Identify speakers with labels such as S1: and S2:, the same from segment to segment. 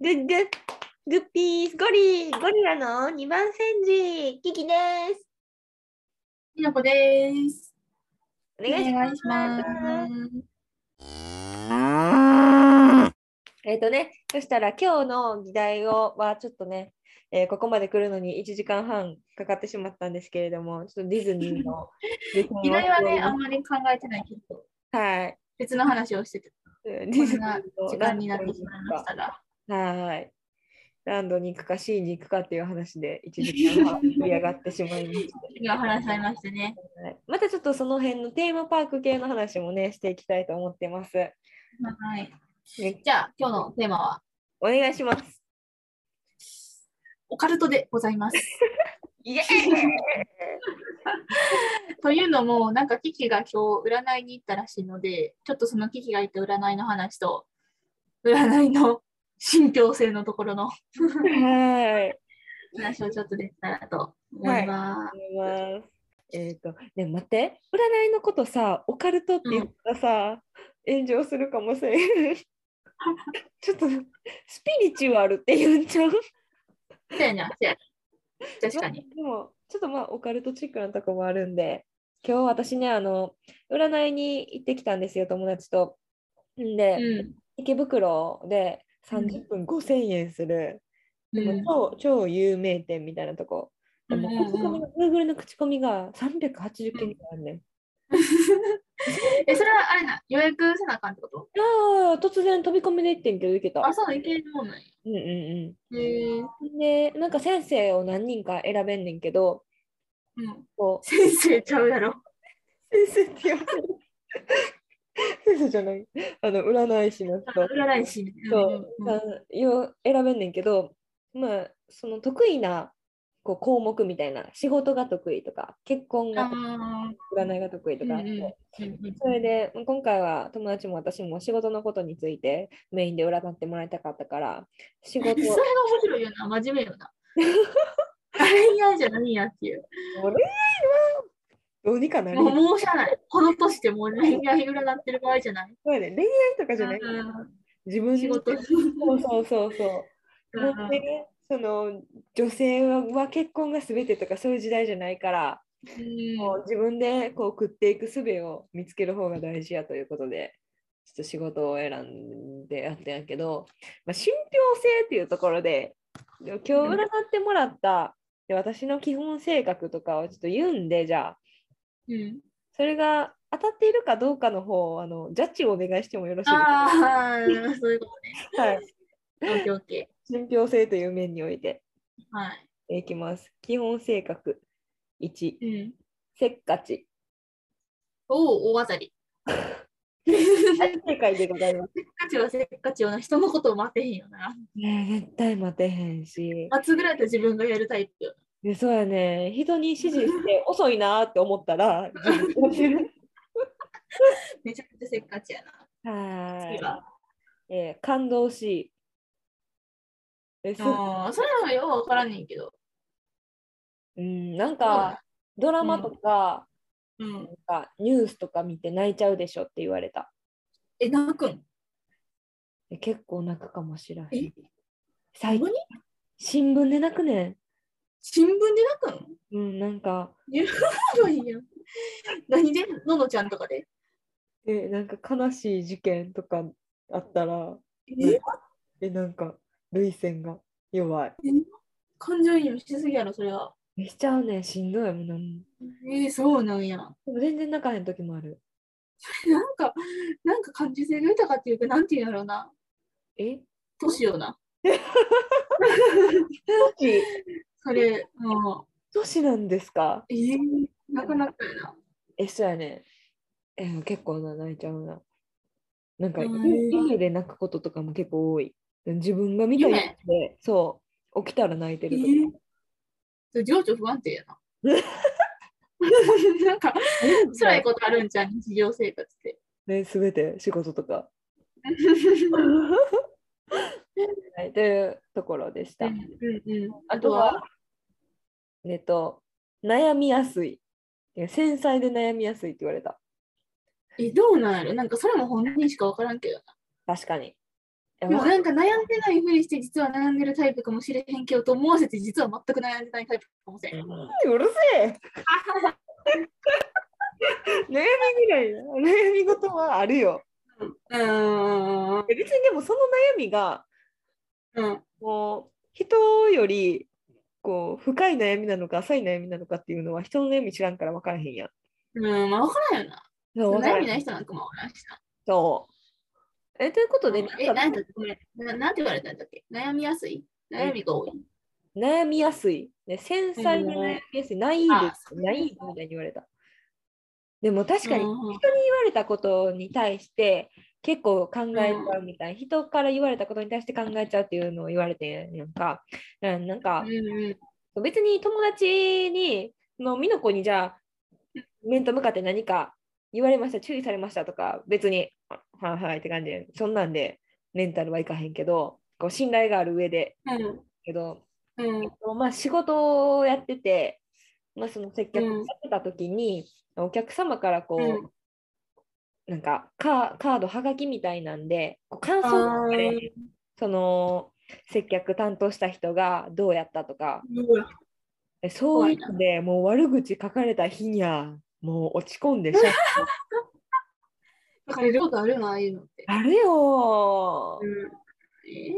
S1: グッグッグッピースゴリゴリラの二番煎じキキです。
S2: ひなこです。
S1: お
S2: お
S1: 願いします。
S2: ます。
S1: えっ、とね、そしたら今日の議題をはちょっとね、えーここまで来るのに1時間半かかってしまったんですけれども、ちょっとディズニーのディズニーを
S2: 議題はね、あんまり考えてないけど、
S1: はい。
S2: 別の話をしてて、
S1: ディ
S2: こ
S1: ズニー
S2: んな
S1: の
S2: 時間になってしまいましたが。
S1: はい。ランドに行くか C に行くかっていう話で1時間半盛り上がってしまいました。
S2: 次は話されましたね。
S1: はいまたちょっとその辺のテーマパーク系の話もね、していきたいと思ってます。
S2: はい。
S1: ね
S2: じゃあ、今日のテーマは、
S1: お願いします。
S2: オカルトでございます。
S1: イエーイ
S2: というのも、なんかキキが今日占いに行ったらしいので、ちょっとそのキキが言った占いの話と、占いの信憑性のところの
S1: はい。
S2: 話をちょっとできたらと思います。
S1: 思いますえっ、と、ね、待って、占いのことさ、オカルトって言ったらさ、炎上するかもしれん。 ちょっと、スピリチュアルって言っちゃう。
S2: そうやな、そうやな確かに。
S1: でも、ちょっとまあ、オカルトチックなとこもあるんで、今日私ね、あの、占いに行ってきたんですよ、友達と。んで、
S2: うん。
S1: 池袋で30分5000円する、でも超超有名店みたいなとこ。でも、口コミの Google の口コミが380件ぐらいあるねん。
S2: え、それはあれな、予約せなあかんってこと
S1: ああ、突然飛び込みで行ってんけど、行けた。
S2: あ、そう、いけるもんなんや。
S1: うんうん
S2: へえ。
S1: うん。で、なんか先生を何人か選べんねんけど、
S2: うん。
S1: こう。
S2: 先生ちゃうやろ。
S1: 先生って言われる。 先生じゃない。あの、占い師の人。
S2: 占い師。
S1: そう、
S2: うん
S1: まあよ選べんねんけど、まあ、その得意なこう項目みたいな、仕事が得意とか、結婚が得意
S2: あ
S1: 占いが得意とかあって、
S2: うんー
S1: それでまあ今回は友達も私も仕事のことについてメインで占ってもらいたかったから、仕
S2: そ
S1: 事
S2: れが面白いよな、真面目 よな。あれ嫌じゃないやっていう。
S1: 俺はどうにかなり
S2: もう申しゃない。この年でもう恋愛占ってる場合じゃない。
S1: そうやね恋愛とかじゃない。
S2: うん
S1: 自分の
S2: 仕事。
S1: そうそうそうそう。
S2: うん
S1: もうね、その女性は結婚が全てとかそういう時代じゃないから、もう自分でこう食っていく術を見つける方が大事やということで、ちょっと仕事を選んでやってんやけど、まあ、信憑性っていうところで、でも今日占ってもらったで私の基本性格とかをちょっと言うんで、じゃあ、
S2: うん。
S1: それが当たっているかどうかの方、あのジャッジをお願いしてもよろしいですか。
S2: ああ、そういうこ
S1: はい、
S2: とね。オッケーオッケ
S1: 信憑性という面において
S2: ー。はい。
S1: いきます。基本性格1、
S2: うん。
S1: せっかち。
S2: おお、大当たり。
S1: はい、正解でございます。
S2: せっかちはせっかちよな、人のことを待てへんよな。
S1: ねえ絶対待てへんし。
S2: 待つぐらいと自分がやるタイプよ。
S1: でそうやね人に指示して遅いなーって思った ら自分で走る
S2: めちゃくちゃせっかちやな。次
S1: は
S2: は。
S1: い、えー感動しえす
S2: あーそれはようわからんねんけど。
S1: うんなんかドラマとか,、
S2: うん。
S1: なんかニュースとか見て泣いちゃうでしょって言われた
S2: え、泣くん
S1: え結構泣くかもしれな
S2: え
S1: い最
S2: ほ
S1: 近
S2: んま
S1: 新聞で泣くね
S2: 新聞で泣く
S1: んう
S2: ん
S1: んなんか
S2: 言うのいいやん。何でののちゃんとかで。
S1: えなんか悲しい事件とかあったら
S2: え
S1: えなんか涙腺が弱い
S2: 感情移入しすぎやろ、それは。
S1: えしちゃうねんしんどいもんなん
S2: えー、そうなんや。 な
S1: でも全然泣かへん時もある。
S2: んか、なんか感受性が豊かっていうか、なんていうんやろうな。
S1: え
S2: 年よな。
S1: 年
S2: それ、うん。
S1: 年なんですか
S2: えー、なくなったよな。
S1: え、そうやね。え、結構な泣いちゃうな。なんか、
S2: うん
S1: ゆ夢で泣くこととかも結構多い。自分が見た夢で、そう、起きたら泣いて
S2: え
S1: るとか。
S2: ー、それ情緒不安定や な。なんか、辛いことあるんじゃん、日常生活で。
S1: ね、すべて仕事とか。はい、というところでした。
S2: あとは、
S1: えっと、悩みやすい。いや繊細で悩みやすいって言われた。
S2: え、どうなんやろなんかそれも本人しか分からんけどな。
S1: 確かに。や
S2: でも
S1: わ
S2: なんか悩んでないふりして実は悩んでるタイプかもしれへんけどと思わせて実は全く悩んでないタイプかもしれへん。
S1: うるせえ悩みぐらいな悩み事はあるよ。
S2: うん
S1: 別にでもその悩みが
S2: うん
S1: もう人よりこう深い悩みなのか浅い悩みなのかっていうのは人の悩み知らんから分からへんやん。
S2: うん、まあ分からんよな。
S1: そう
S2: 悩みない人なんかも分からんしな。
S1: そうえということで、
S2: え、
S1: な
S2: なんん
S1: か
S2: だごめんななんて言われたんだっけ悩みやすい悩みが多い。
S1: 悩みやすい、ね、繊細に悩みやすい、ナイーブ
S2: あそう
S1: ナイーブみたいに言われた。でも確かに
S2: う
S1: 人
S2: ん
S1: に言われたことに対して結構考えちゃうみたい、人から言われたことに対して考えちゃうっていうのを言われてんやんか。だからなんか、
S2: うん
S1: 別に友達にの美の子にじゃあ面と向かって何か言われました注意されましたとか別にあはいはいって感じでそんなんでメンタルはいかへんけどこう信頼がある上で
S2: うん
S1: けど、
S2: うん
S1: まあ、仕事をやってて、まあ、その接客
S2: うん
S1: をやってた時に、お客様からこう、
S2: うん
S1: なんかカカードはがきみたいなんでこう感想
S2: あ
S1: が書かれへん
S2: ー
S1: その接客担当した人がどうやったとかえそう
S2: 怖
S1: い
S2: いうな
S1: のでもう悪口書かれた日にはもう落ち込んでし ょ
S2: だからいることあるな、ああいうのって。
S1: あるよ
S2: うんえ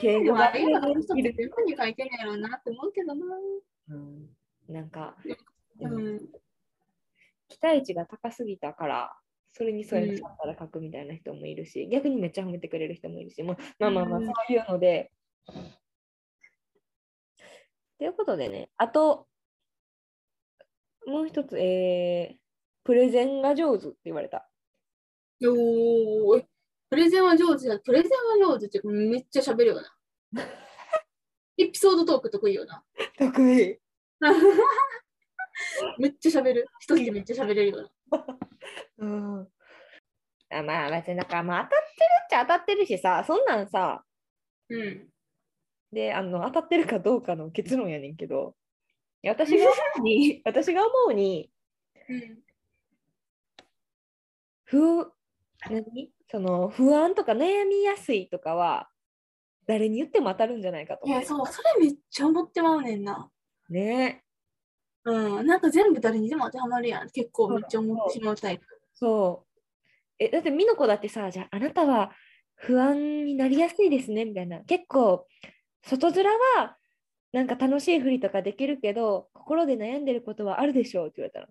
S1: 敬
S2: ー、で
S1: 語
S2: もあ
S1: が
S2: あいうのある人って全部に書いてんやろうなって思うけどな。
S1: うんなんか、
S2: うん。
S1: 期待値が高すぎたからそれにそういう
S2: う
S1: の
S2: ん
S1: さったら書くみたいな人もいるし、逆にめっちゃ褒めてくれる人もいるしもうまあまあまあ
S2: うん
S1: そういうので、ということでねあともう一つえー、プレゼンが上手って言われた
S2: よープレゼンは上手だ。プレゼンは上手っていうかめっちゃ喋るよな。 エピソードトーク得意よ な。
S1: 得意
S2: めっちゃ喋る。一人でめっちゃ喋れるよな。
S1: うんあまあ別になんかまあ当たってるっちゃ当たってるしさそんなんさ
S2: うん。
S1: であの当たってるかどうかの結論やねんけどいや私が 思うに私が思うに
S2: うん。
S1: 不何その不安とか悩みやすいとかは誰に言っても当たるんじゃないかと
S2: い
S1: 思
S2: や、そう、それめっちゃ思ってまうねんな。
S1: うね
S2: うん。なんか全部誰にでも当てはまるやん。結構めっちゃ思ってしまうタイプ。
S1: そうえだって美の子だってさじゃああなたは不安になりやすいですねみたいな結構外面はなんか楽しいふりとかできるけど心で悩んでることはあるでしょうって言われたら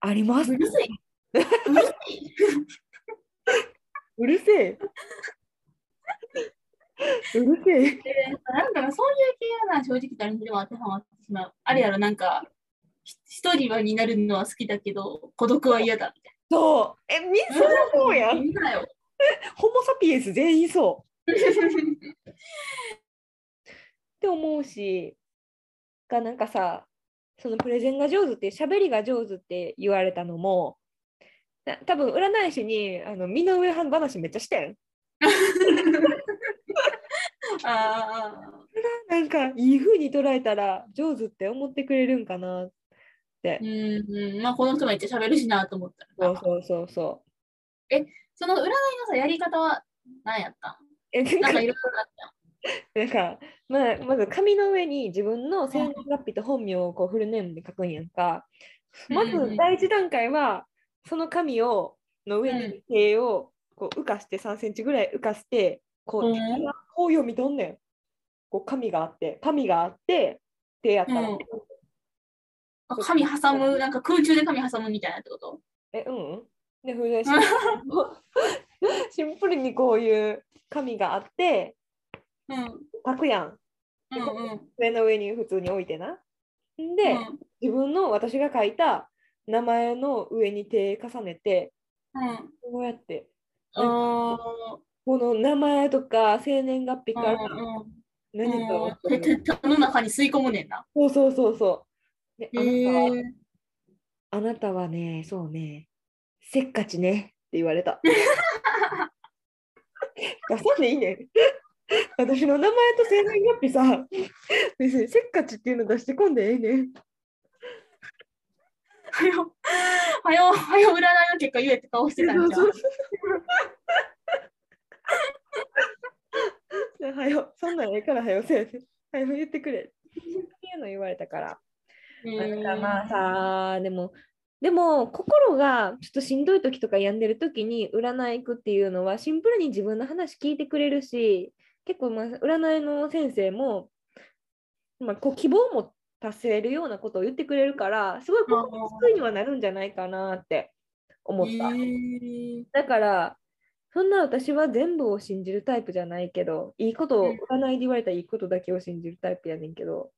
S1: あります
S2: うるせえ。
S1: うるせえうるせえ
S2: なんかなそういう系はな、正直誰にでも当てはまってしまう。あれやろ、なんか、ひ一人はになるのは好きだけど、孤独は嫌だみたい
S1: そうえみんなそうや
S2: な。
S1: ん
S2: みんなよ。
S1: ホモ・サピエンス全員そうって思うしがなんかさそのプレゼンが上手って喋りが上手って言われたのもな多分占い師にあの身の上話めっちゃしてん
S2: ああ。
S1: なんかいい風に捉えたら上手って思ってくれるんかなって
S2: う、ん、うんまあこの人めっちゃ喋るしなと思ったら
S1: そう
S2: な。
S1: そうそうそう
S2: その占いのさ、やり方は何やったん
S1: えなん
S2: な
S1: か
S2: んかいろいろあったん
S1: なんか、まあ、まず紙の上に自分の生年月日と本名をこうフルネームで書くんやんか。
S2: うん
S1: まず第一段階は、その紙をの上
S2: う
S1: に手をこう浮かして3センチぐらい浮かして、こう、
S2: うん
S1: こう読みとんねん。こう紙があって、紙があって、手やったら。
S2: うんあ紙挟む、なんか空中で紙挟むみたいなってこと
S1: え、うんで、ふでシンプルに シンプルにこういう紙があって、
S2: うん。うん
S1: 書くやん。
S2: うん。
S1: 上の上に普通に置いてな。ん
S2: う
S1: で、
S2: ん
S1: 自分の私が書いた名前の上に手重ねて
S2: うん。
S1: こうやって
S2: あ
S1: この名前とか生年月日から
S2: あ。
S1: 何かを
S2: うん。手手の中に吸い込むねんな。
S1: そうそうそうそうであなたは
S2: へえ。
S1: あなたはねそうねせっかちねって言われ た出さんでいいねん私の名前と生年月日さ別にせっかちっていうの出してこんでええねん
S2: はよ、はよ、はよ占いの結果言えって顔してたんじゃん。
S1: そんなんええから早よせえって。早よ言ってくれ。っていうの言われたから。なんかまあさ、でも、でも心がちょっとしんどい時とか病んでる時に占い行くっていうのはシンプルに自分の話聞いてくれるし、結構まあ占いの先生も、まあ、こう希望も達せるようなことを言ってくれるから、すごい心の救いにはなるんじゃないかなって思った。だから、そんな私は全部を信じるタイプじゃないけど、いいこと
S2: う
S1: を
S2: ん、
S1: 占いで言われたらいいことだけを信じるタイプやねんけど、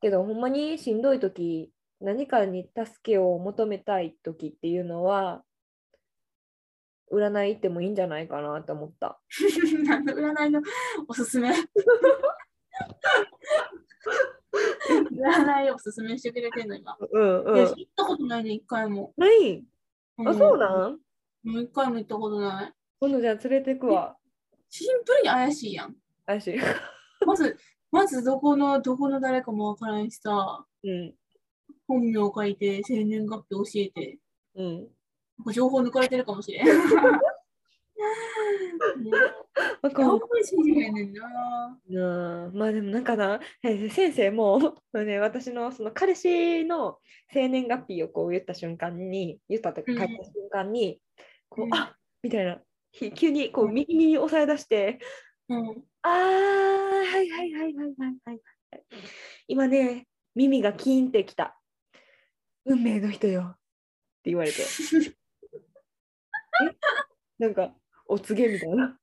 S1: けどほんまにしんどい時、何かに助けを求めたい時っていうのは、占い行ってもいいんじゃないかなと思った。
S2: なんか占いのおすすめ。占いおすすめしてくれてんの今。
S1: うん
S2: い
S1: うん
S2: や、行。ったことないね、一回も。
S1: ないあ、そう
S2: だ
S1: なん
S2: もう一回も行ったことない。
S1: 今度じゃあ連れてくわ。
S2: シンプルに怪しいやん。
S1: あし。
S2: まず、まずどこの、どこの誰かもわからんしさ、
S1: うん。
S2: 本名書いて、生年月日教えて、
S1: うん。
S2: 情報抜かれてるか もしれん。ね
S1: わ
S2: あ
S1: か
S2: ん
S1: んな
S2: ま
S1: い
S2: り信じへんねんな。
S1: なあまあでもなんかなえ先生も、まあね、私のその彼氏の生年月日をこう言った瞬間に言ったとか
S2: うん
S1: 書いた瞬間に、こう、
S2: うん
S1: あみたいなひ急にこう右に押さえ出して、
S2: うん。
S1: あーはいはいはいはいはいはいはい今ね耳がキーンってきた運命の人よって言われてなんかお告げみたいな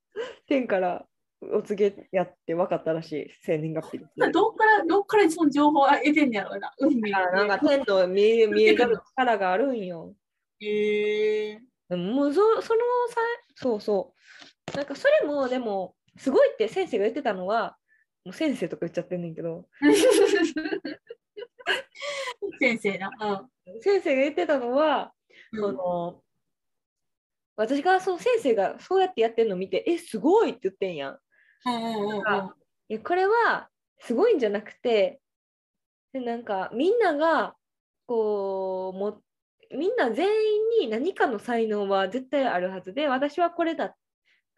S1: 天からお告げやって分かったらしい生年月日ですね
S2: どっから、どっからその情報を得てんねやろうな。運命。
S1: あなんか天の見え見える力があるんよ。
S2: へえ
S1: でももうそそのさそうそう。なんかそれもでもすごいって先生が言ってたのはもう先生とか言っちゃってんねんけど
S2: 先生な。
S1: 先生が言ってたのは、
S2: うん。
S1: その私がそう先生がそうやってやってるの見てえすごいって言ってんやん。
S2: うんうんうんうん。
S1: いやこれはすごいんじゃなくてでなんかみんながこうもみんな全員に何かの才能は絶対あるはずで私はこれだ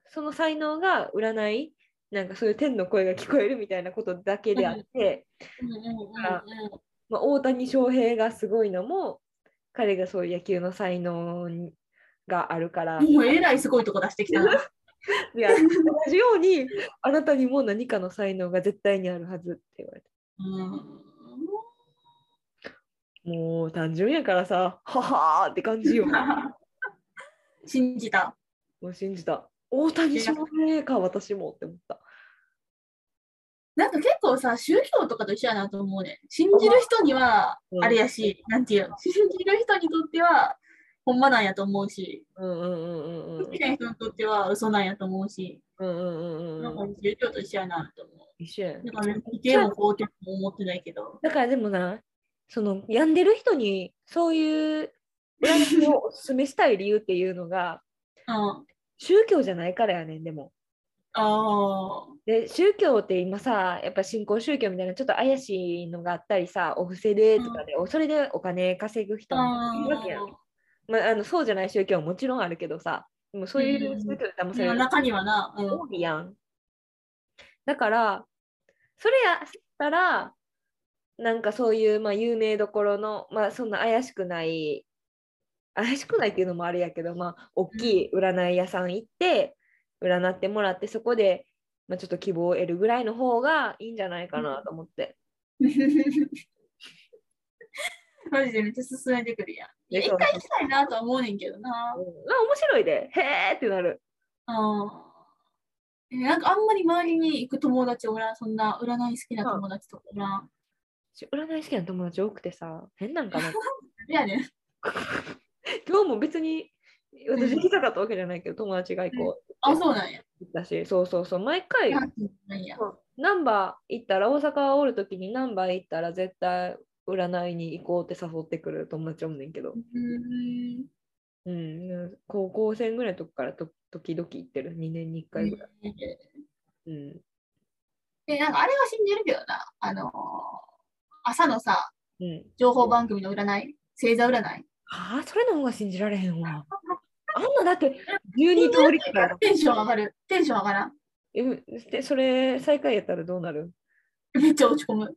S1: その才能が占いなんかそういう天の声が聞こえるみたいなことだけであって、
S2: うんうんうんうん
S1: まあ、大谷翔平がすごいのも彼がそういう野球の才能にがあるから
S2: もうえらいすごいとこ出してきたな。
S1: いや同じようにあなたにも何かの才能が絶対にあるはずって言われて。
S2: うん
S1: もう単純やからさ、ははーって感じよ。
S2: 信じた。
S1: もう信じた。大谷翔平か、私もって思った。
S2: なんか結構さ、宗教とかと一緒やなと思うね。信じる人には
S1: うん
S2: あれやし、なんていうの信じる人にとってはほんまなんやと思うし、
S1: うんうんうんうんうん
S2: 信じない人にとっては嘘なんやと思うし、
S1: うんうんう
S2: なん
S1: ん
S2: か
S1: うん。
S2: 宗教と一緒やなと思う。
S1: 一緒やん
S2: だから否定も肯定も思ってないけど。
S1: だからでもな、その病んでる人にそういう占いをおすすめしたい理由っていうの が
S2: うん。あ
S1: 宗教じゃないからやねん、でも。
S2: あ。
S1: で宗教って今さやっぱ新興宗教みたいなちょっと怪しいのがあったりさお布施でとかで、おそれでお金稼ぐ人もいるわけやん。まあ、あのそうじゃない宗教ももちろんあるけどさ、でもそういう宗教で騙さ
S2: そ
S1: れ
S2: の
S1: る
S2: 中にはな、うん。
S1: 多いやん。だから、それやったら、なんかそういう、まあ、有名どころの、まあ、そんな怪しくない、怪しくないっていうのもあれやけど、まあ、大きい占い屋さん行って、占ってもらって、そこで、まあ、ちょっと希望を得るぐらいの方がいいんじゃないかなと思って。
S2: マジでめっちゃ進めてくるやん。いや
S1: で
S2: 一
S1: そう
S2: 回行きたいなとは思うねんけどな
S1: う。んまあ、面白いで、へーってなる。
S2: うん。なんかあんまり周りに行く友達おらん、そんな占い好きな友達とかおらん。
S1: 占い好きな友達多くてさ、変なんかな。
S2: いやね、
S1: 今日も別に私行きたかったわけじゃないけど、友達が行こう
S2: あ、そうなんや。
S1: 行ったし、そうそうそう毎回
S2: あそうなんや。
S1: ナンバー行ったら大阪おる時にナンバー行ったら絶対占いに行こうって誘ってくる友達おんねんけど
S2: う、ん。
S1: うん、高校生ぐらいの時からと時々行ってる2年に1回ぐらい、うん、
S2: で、なんかあれは信じるけどな。あのー朝のさ、
S1: うん、
S2: 情報番組の占い、星座占い。
S1: はあそれの方が信じられへんわあんなだって12通りとか
S2: テンション上がる。テンション上がらん。
S1: えでそれ最下位やったらどうなる
S2: めっちゃ落ち込む。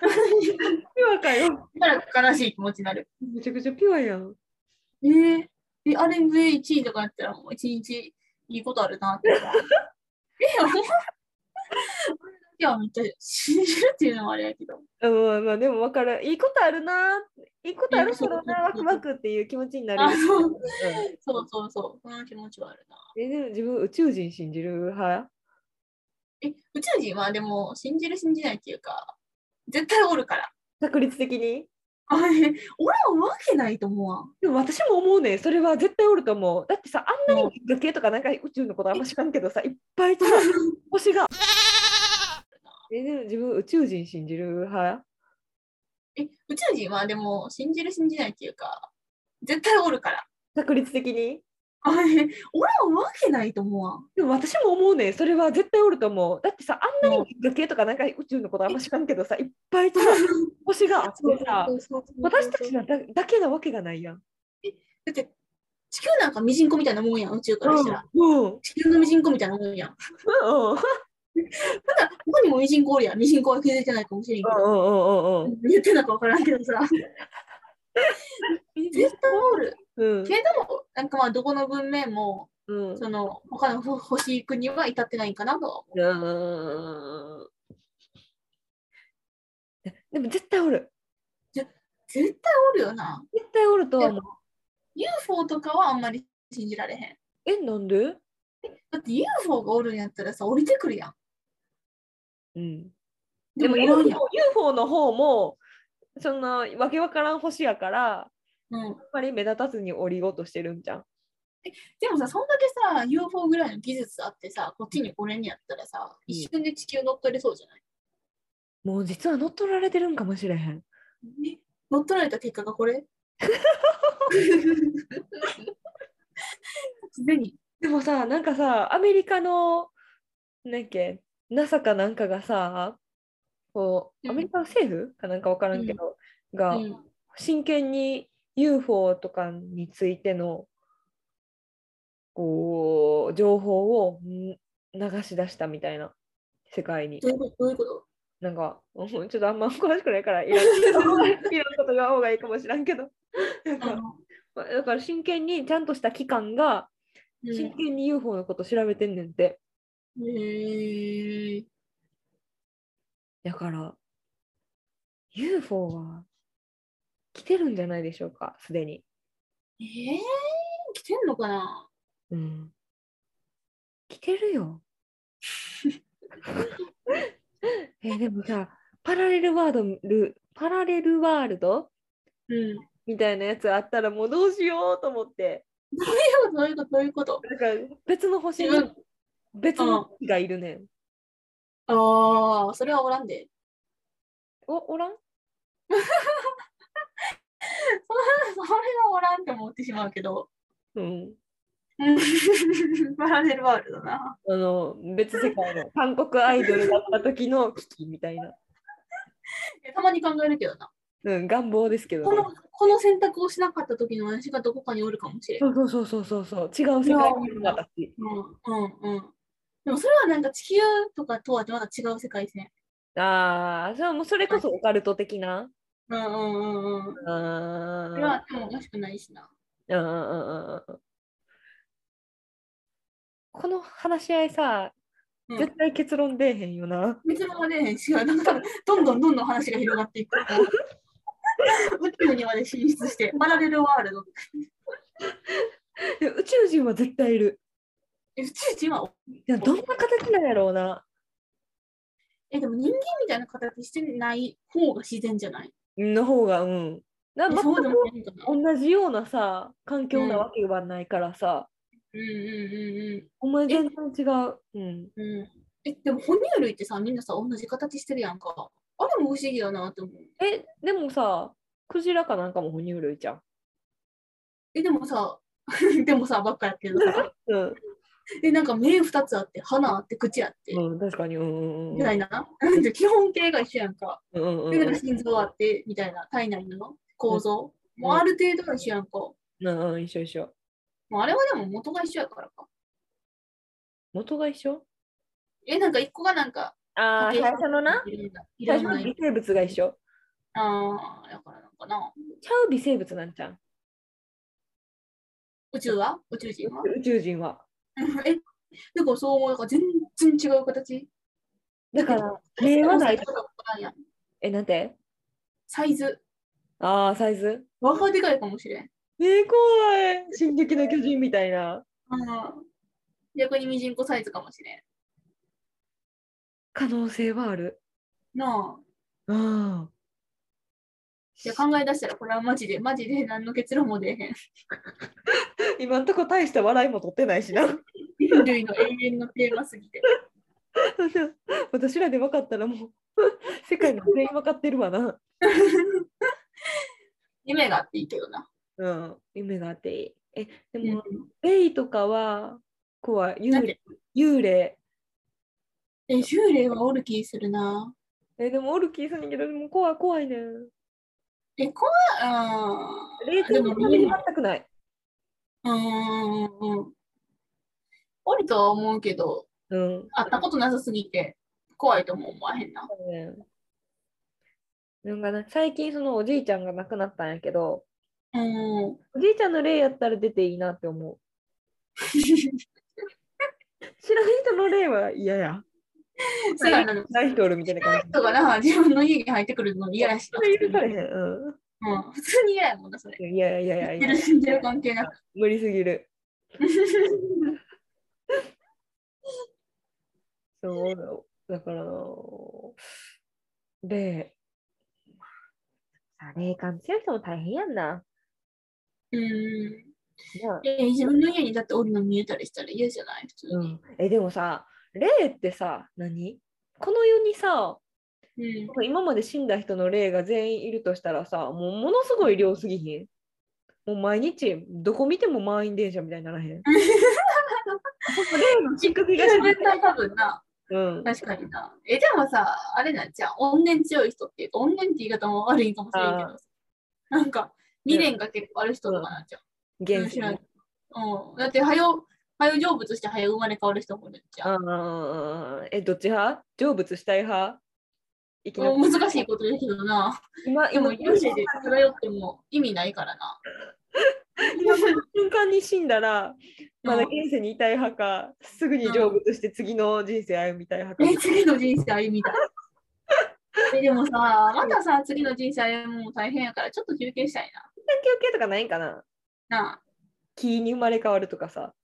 S1: ピュアかよ。
S2: だから悲しい気持ちになる。
S1: めちゃくちゃピュアやん。
S2: えー、え、あれで1位とかやったらもう1日いいことあるなって。え、お前、あれだけはめっちゃ信じるっていうのもあれやけど。
S1: あまあまあでも分かる。いいことあるな。いいことあるけどな、
S2: いい
S1: ワ
S2: こと
S1: クワクっていう気持ちになる。、
S2: あ、そううんそうそうそう。その気持ちはあるな。
S1: えでも自分宇宙人信じる派
S2: え、宇宙人はでも信じる信じないっていうか、絶対おるから。
S1: 確率的に
S2: あれ、俺はわけないと思わん。
S1: でも私も思うねんそれは絶対おると思う。だってさ、あんなに銀河系とかなんか宇宙のことあんま知らんけどさ、いっぱいとさ、星が。えでも自分宇宙人信じる派
S2: え、宇宙人はでも信じる信じないっていうか、絶対おるから。
S1: 確率的に
S2: あれ、俺はわけないと思わん。
S1: でも私も思うねんそれは絶対おると思う。だってさ、あんなに銀河系とかなんか宇宙のことあんま知らんけどさ、いっぱいとさ、星があってさ、私たち
S2: だ
S1: だだけなわけがないやん。
S2: って地球なんかミジンコみたいなもんやん、宇宙からしたら。
S1: うん。うん。
S2: 地球のミジンコみたいなもんやん。
S1: うん。
S2: ただ、ここにもミジンコおるやん。ミジンコは気づいてないかもしれんけど。
S1: うん。うん。
S2: 言ってんのか分からんけ どさ。絶対おる。
S1: うん。
S2: けど、なんかまあ、どこの文明も、
S1: うん。
S2: その、他の星国は至ってないんかなとは思
S1: う
S2: う。
S1: んでも絶対おる。
S2: 絶対おるよな。
S1: 絶対おるとは思う。
S2: UFO とかはあんまり信じられへん。
S1: え、なんで
S2: だって UFO がおるんやったらさ、降りてくるやん。
S1: うん。
S2: で
S1: で
S2: も
S1: も
S2: いらんやん
S1: UFO, UFO の方も、そんなわけわからん星やから、
S2: うん、
S1: あんまり目立たずに降りようとしてるんじゃん。
S2: でもさ、そんだけさ、UFO ぐらいの技術あってさ、こっちにこれにやったらさ、一瞬で地球乗っ取れそうじゃない、
S1: もう実は乗っ取られてるんかもしれへん。
S2: ね乗っ取られた結果がこ れすでに。
S1: でもさ、なんかさ、アメリカの、なんやっけ、NASA かなんかがさ、こう、
S2: うん
S1: アメリカの政府かなんかわからんけど、が、
S2: うん
S1: 真剣に UFO とかについてのこう情報をん流し出したみたいな世界に
S2: どういうことどういうこと
S1: なんかうんちょっとあんま詳しくないからいろ んないろんなこと言わん方がいいかもしらんけどなん
S2: あ
S1: か
S2: の、
S1: だから真剣にちゃんとした機関が
S2: うん
S1: 真剣に UFO のこと調べてんねんて、
S2: へえ
S1: だから UFO は来てるんじゃないでしょうかすでに、
S2: えー、来てんのかな
S1: うん、来てるよ えーでもさ、パラレルワードル、パラレルワールド
S2: うん。ど
S1: みたいなやつあったらもうどうしようと思って、
S2: ういうことどういうこと
S1: なんか別の星に
S2: 自分
S1: 別の星がいるねん。
S2: ああ、それはおらんで。
S1: お、おらん
S2: それはおらんって思ってしまうけど。
S1: うん。
S2: うん パラレルワールドな。
S1: あの、別世界の韓国アイドルだった時の危機みたいな。
S2: いやたまに考えるけどな。
S1: うん、願望ですけど
S2: こ
S1: ね、
S2: のこの選択をしなかった時の私がどこかにおるかもしれん。
S1: そうそうそうそうそう、違う世界にいる私。
S2: うんうんうん。でもそれはなんか地球とかとはまた違う世界線。
S1: ああ、そうもうそれこそオカルト的な。
S2: うんうんうんうん。
S1: あ
S2: それはあ
S1: あ
S2: ってもおかしくないしな。
S1: うんうんうんうんうんこの話し合いさ、
S2: うん
S1: 絶対結論出えへんよな。
S2: 別のもね、違う。なんか多分どんどんどんどん話が広がっていく。 宇宙にまで進出して、パラレルワールド。
S1: で宇宙人は絶対いる。
S2: え宇宙人はい
S1: や、どんな形なんやろうな。
S2: え、でも人間みたいな形してない方が自然じゃない
S1: の方が、うん。な
S2: え
S1: ま
S2: そうでもないんかな。うん
S1: 同じようなさ、環境なわけはないからさ、
S2: うんうん
S1: お前全然違う。うん。
S2: うんうん。え、でも哺乳類ってさ、みんなさ、同じ形してるやんか。あれも不思議やなって思う。
S1: え、でもさ、クジラかなんかも哺乳類じゃん。
S2: え、でもさ、 でもさ、ばっかやってる さ。
S1: うん。
S2: え、なんか目二つあって、鼻あって、口あって、
S1: うん、確かに。うんうんうん。
S2: みたいな。で基本形が一緒やんか。
S1: うんうんうん。
S2: で、なんか心臓あって、みたいな、体内の構造。
S1: ん
S2: もうある程度は一緒やんか。も
S1: うんうん、一緒一緒。
S2: うあれはでも元が一緒やからか。
S1: 元が一緒
S2: え、なんか一個がなんか、
S1: ああ、
S2: 家
S1: 最
S2: 庭
S1: 初のな。
S2: い
S1: 最
S2: ろ
S1: 初
S2: ん
S1: の
S2: な
S1: 微生物が一緒。
S2: ああ、だからなんかな。
S1: ちゃう微生物なんちゃう
S2: 宇宙は宇宙人は
S1: 宇宙人は。
S2: え、なんかそう思う。なんか全然違う形。
S1: だから、目はない。
S2: やん
S1: え、なんて
S2: サイズ。
S1: ああ、サイズ
S2: わがでかいかもしれん。
S1: えー、怖い。進撃の巨人みたいな。
S2: うん。逆にミジンコサイズかもしれん。
S1: 可能性はある。
S2: なあ。
S1: ああ。
S2: いや考え出したらこれはマジで、マジで何の結論も出えへ ん。
S1: 今んとこ大した笑いも取ってないしな。
S2: 人類の永遠のテーマすぎて。
S1: 私らで分かったら もう、世界の全員分かってるわな。
S2: 夢があっていいけどな。
S1: うん、夢があっていい。え、で
S2: う
S1: も、
S2: ん、
S1: レイとかは怖い。
S2: な
S1: 幽霊
S2: んで
S1: 幽霊。
S2: え、幽霊はおる気するな。
S1: え、でも、オルキーさんにけど、でも怖い、怖いねん。
S2: え、怖い。あー
S1: 霊
S2: で
S1: 的
S2: も
S1: な感じに全くない。
S2: うーんうんうん。おるとは思うけど、
S1: うん。
S2: 会ったことなさすぎて、怖いとも思わへんな。
S1: そうねなんかね、最近そのおじいちゃんが亡くなったんやけど、
S2: うん。
S1: おじいちゃんの霊やったら出ていいなって思う。知らん人の霊は嫌や。
S2: そうやな。そ
S1: ない人おるみたいな感じ。
S2: 人がな、自分の家に入ってくるの嫌やしな。
S1: それ許されへん。う
S2: うん、普通に嫌やもんな、それ。
S1: ん。いやいやいやいや。
S2: 死んでる関係なく。
S1: 無理すぎる。そうだから、霊。あ霊感強い人も大変やんな。
S2: うん。
S1: なあ
S2: え自分の家にだっておるの見えたりしたら嫌じゃない普通
S1: う
S2: に。
S1: ん、えでもさ、霊ってさ、何この世にさ、
S2: うん。
S1: 今まで死んだ人の霊が全員いるとしたらさ、もうものすごい量すぎひん。もう毎日、どこ見ても満員電車みたいにな らへん。霊の仕組みが知り
S2: 絶
S1: たい
S2: 対多分な、
S1: うん。
S2: 確かにな。え、でもさ、あれなんじゃん、怨念強い人っていうか、怨念って言い方も悪いかもしれんけど、なんか、未練が結構ある人とかなんじゃん。うん
S1: 現
S2: 知
S1: 世
S2: らん
S1: に。
S2: うん、だって、はよ、はよ成仏して、はよ生まれ変わる人もいるじゃん。
S1: あーえ、どっち派成仏したい派いきなり
S2: もう難しいことだけどな。
S1: 今、
S2: で
S1: 今、
S2: も、
S1: 今
S2: よ
S1: こ
S2: しで漂っても意味ないからな。
S1: の瞬間に死んだら、まだ
S2: うん
S1: 現世にいたい派か、すぐに成仏して次の人生歩みたい派か
S2: え、。次の人生歩みたい。 えでもさ、またさ、次の人生歩むのも大変やから、ちょっと休憩したい
S1: 産休憩とかないんかな
S2: な。なあ。
S1: 木に生まれ変わるとかさ。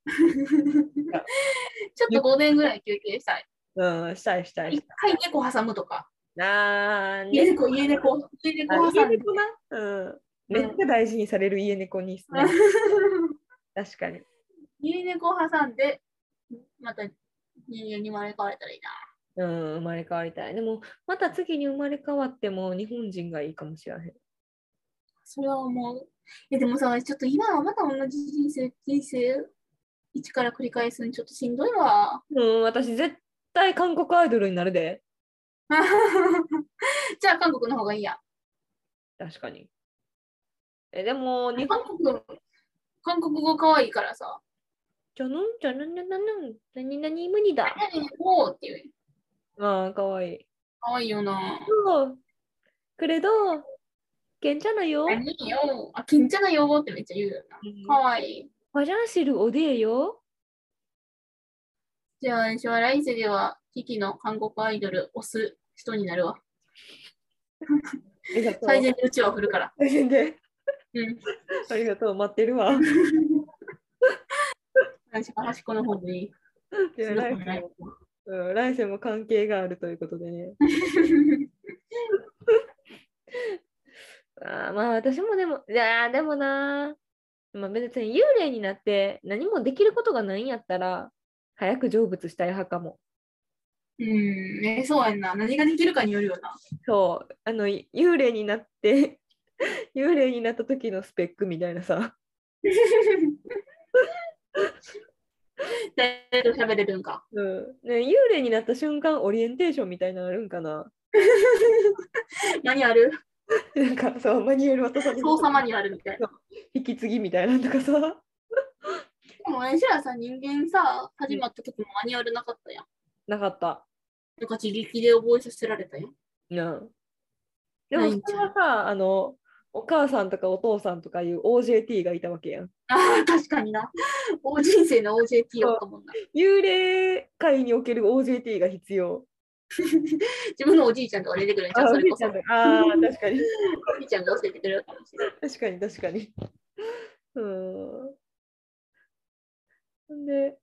S2: ちょっと5年ぐらい休憩したい。
S1: うん、したいしたい
S2: 一。回猫挟むとか。
S1: なあ、
S2: 家猫、家猫、家猫
S1: あ
S2: 挟
S1: 家
S2: んで。
S1: 猫な。うん。めっちゃ大事にされる家猫に、ね、確かに。
S2: 家猫挟んで、また人間に生まれ変われたらいいな。
S1: うん、生まれ変わりたい。でも、また次に生まれ変わっても日本人がいいかもしれへん。
S2: それは思う。え、でもさ、ちょっと今はまた同じ人生、人生、一から繰り返すのちょっとしんどいわ。
S1: うん、私絶対韓国アイドルになるで。
S2: じゃあ韓国の方がいいや。
S1: 確かに。え、でも、日本
S2: 韓国、韓国語可愛いからさ。
S1: じゃのんじゃのんじゃのんなになに無理だ。
S2: 何おーっていう。
S1: ああ、かわいい。
S2: 可愛いよな。
S1: そう。くれど、けんちゃなよ。
S2: 何よ。あ、金ちゃな用語ってめっちゃ言うよな。可愛い。
S1: わじゃんしるおでえよ。
S2: じゃあ、将来世では、キキの韓国アイドル、推す人になるわ。
S1: ありがとう。
S2: 最善でうちは振るから。
S1: 大変で。
S2: うん。
S1: ありがとう。待って るわ。
S2: 私が端っこの方に。
S1: いや来世も、うん、来世も関係があるということでね。あーまあ私もでも、いやーでもなー、まあ、別に幽霊になって何もできることがないんやったら、早く成仏したい派かも。
S2: うん、えそうやんな。何ができるかによるよな。
S1: そう、あの、い幽霊になって、 幽霊になった時のスペックみたいなさ。
S2: 誰と喋れるんか。
S1: うんね、幽霊になった瞬間、オリエンテーションみたいなのあるんかな
S2: 何ある
S1: なんかそう、マニュエル渡される
S2: 操作マニュアルみたいな。
S1: 引き継ぎみたいなのとかさ。
S2: でも、私らさ、人間さ、始まった時もマニュアルなかったやん。
S1: なかった。
S2: なんか自力で覚えさせられたよ。
S1: うん。で
S2: な
S1: も
S2: いん
S1: そ
S2: ち
S1: れ
S2: ゃう
S1: はさ、あの、お母さんとかお父さんとかいう OJT がいたわけやん。
S2: ああ、確かにな。お人生の OJT をったもんな。
S1: 幽霊界における OJT が必要。
S2: 自分のおじいちゃんとか出てくるんじゃ
S1: あ
S2: ん、そ
S1: おじ
S2: れ
S1: い
S2: こ
S1: ち
S2: そ。
S1: ゃんとあー確かに。
S2: おじいちゃんが教えてくれるかもしれない。
S1: 確かに確かに。 うん。んで、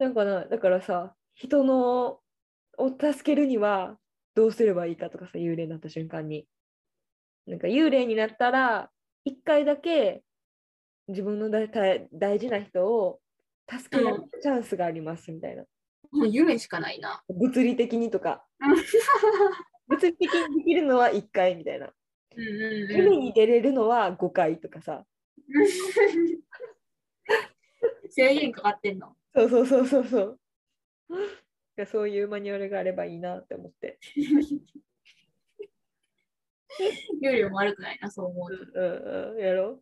S1: なんかな、だからさ、人のを助けるにはどうすればいいかとかさ、幽霊になった瞬間に。なんか幽霊になったら、一回だけ自分の大大大事な人を助けられるチャンスがありますみたいな。
S2: もう夢しかないな。
S1: 物理的にとか。
S2: うん
S1: 物理的にできるのは1回みたいな。
S2: うんうんうん
S1: 夢に出れるのは5回とかさ。
S2: 制限かかってんの。
S1: そうそうそうそうそう。 いやそういうマニュアルがあればいいなって思って。
S2: よりも悪くないな、そう思
S1: う
S2: うん
S1: うんうん、やろう。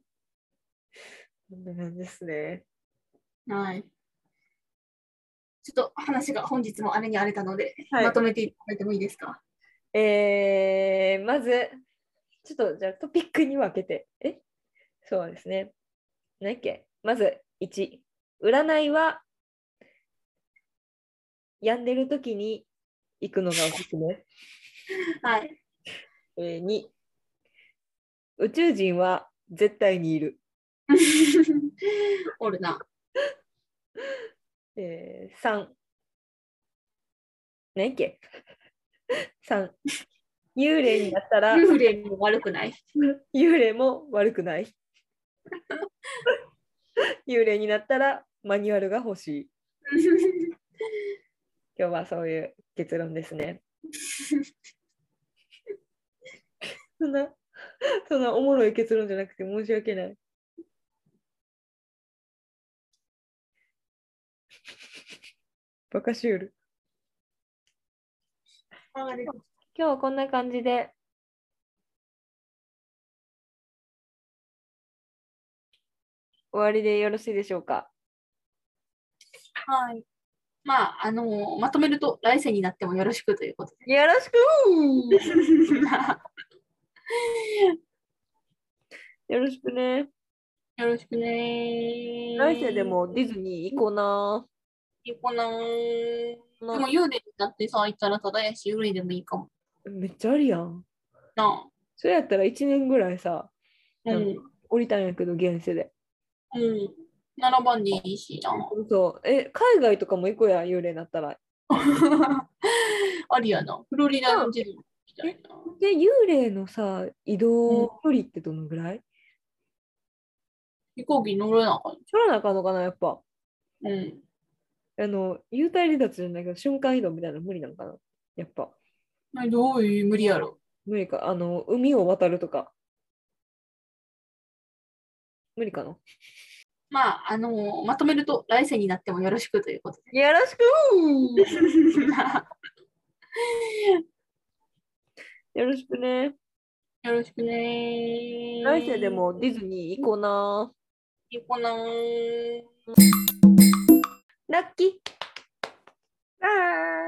S1: こんな感じですね。
S2: と。はい。ちょっと話が本日もあれに荒れたので、
S1: はい
S2: まとめていただいてもいいですか
S1: えー、まず、ちょっとじゃあトピックに分けて。えそうですね。何やっけまず1、占いは病んでる時に行くのがおすすめ。
S2: はい。
S1: えー、2、宇宙人は絶対にいる。
S2: おるな。
S1: えー、3何やっけ ?3 幽霊になったら
S2: 幽霊も悪くない。
S1: 幽霊も悪くない幽霊になったらマニュアルが欲しい今日はそういう結論ですねそんなそんなおもろい結論じゃなくて申し訳ないバカシュール今日はこんな感じで。終わりでよろしいでしょうか。
S2: はい。まあ、あのまとめると、来世になってもよろしくということで。
S1: よろし くよろしくね。
S2: よろしくねー。
S1: 来世でもディズニー行こうな。
S2: いいかなー。
S1: な
S2: でも幽霊だってさ、行ったらただやし、幽霊でもいいかも。
S1: めっちゃあるやん。
S2: なあ。
S1: それやったら1年ぐらいさ、
S2: うん。
S1: 降りたんやけど、現世で。
S2: うん。7番でいいしな。
S1: そう。え、海外とかも行こうや、幽霊になったら。
S2: ありやな。フロリダのジェルみたいな。
S1: で、幽霊のさ、移動距離ってどのぐらい
S2: 飛行機乗らなあかっ
S1: 取らなあかんのかな、やっぱ。
S2: た。うん。
S1: あの、幽体離脱じゃないけど、瞬間移動みたいなの無理なんかな。やっぱ。
S2: などういう無理やろ。
S1: 無理か。あの、海を渡るとか。無理かな。
S2: まあ、あのまとめると、来世になってもよろしくという ことで。
S1: よろしくよろしくね。
S2: よろしくねー。
S1: 来世でもディズニー行こうな。
S2: いいかなー。
S1: ラッキーバイ